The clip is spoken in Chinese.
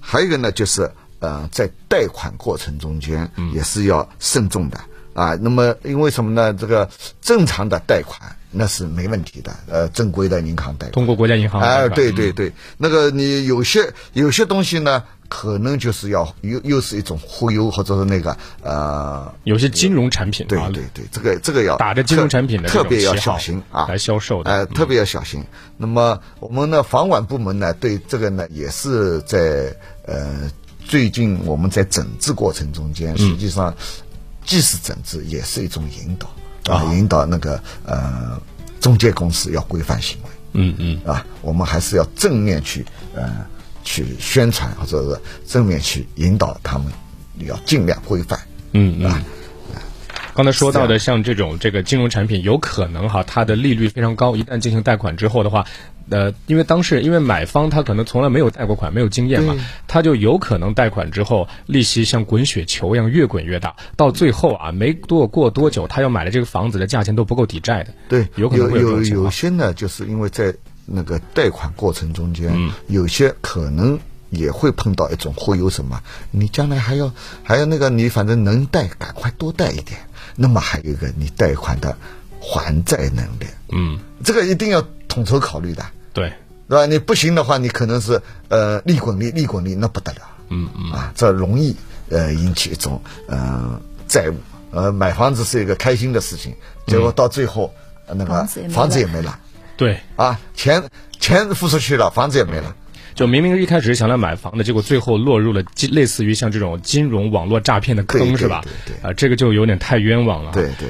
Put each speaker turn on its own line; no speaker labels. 还有一个呢，就是呃，在贷款过程中间
嗯
也是要慎重的啊。那么因为什么呢？这个正常的贷款那是没问题的，呃，正规的银行贷款。
通过国家银行
哎，
贷款嗯
对对对，那个你有些有些东西呢，可能就是要又又是一种忽悠，或者是那个呃，
有些金融产品
对
啊，
对对，这个这个要
打着金融产品的
特特别
这种
要
旗号
小心啊，
来销售的嗯
哎、特别要小心。那么我们呢，房管部门呢，对这个呢，也是在呃最近我们在整治过程中间，实际上既是整治，也是一种引导啊，引导那个呃中介公司要规范行为。
嗯嗯，
啊，我们还是要正面去呃去宣传，或者是正面去引导他们，要尽量规范。
嗯
啊
嗯。刚才说到的，像这种这个金融产品，有可能哈，它的利率非常高。一旦进行贷款之后的话，呃，因为当事因为买方他可能从来没有贷过款，没有经验嘛，他就有可能贷款之后，利息像滚雪球一样越滚越大，到最后啊，没多过多久，他要买的这个房子的价钱都不够抵债的。
对，
有可能
有
会有这
有
种情
有
况。
些呢，就是因为在那个贷款过程中间，
嗯
有些可能也会碰到一种忽悠，什么，你将来还要还要那个，你反正能贷，赶快多贷一点。那么还有一个，你贷款的还债能力，
嗯，
这个一定要统筹考虑的。
对，
对吧？你不行的话，你可能是呃利滚利，利滚利，那不得了。嗯嗯啊，这容易呃引起一种呃债务。呃，买房子是一个开心的事情，结果到最后、呃那个
房子也没
房子
了
也没了
对，
啊，钱钱付出去了，房子也没了。
就明明一开始想来买房的，结果最后落入了金类似于像这种金融网络诈骗的
对
坑，
对
是吧？
对对
啊、这个就有点太冤枉了。
对对。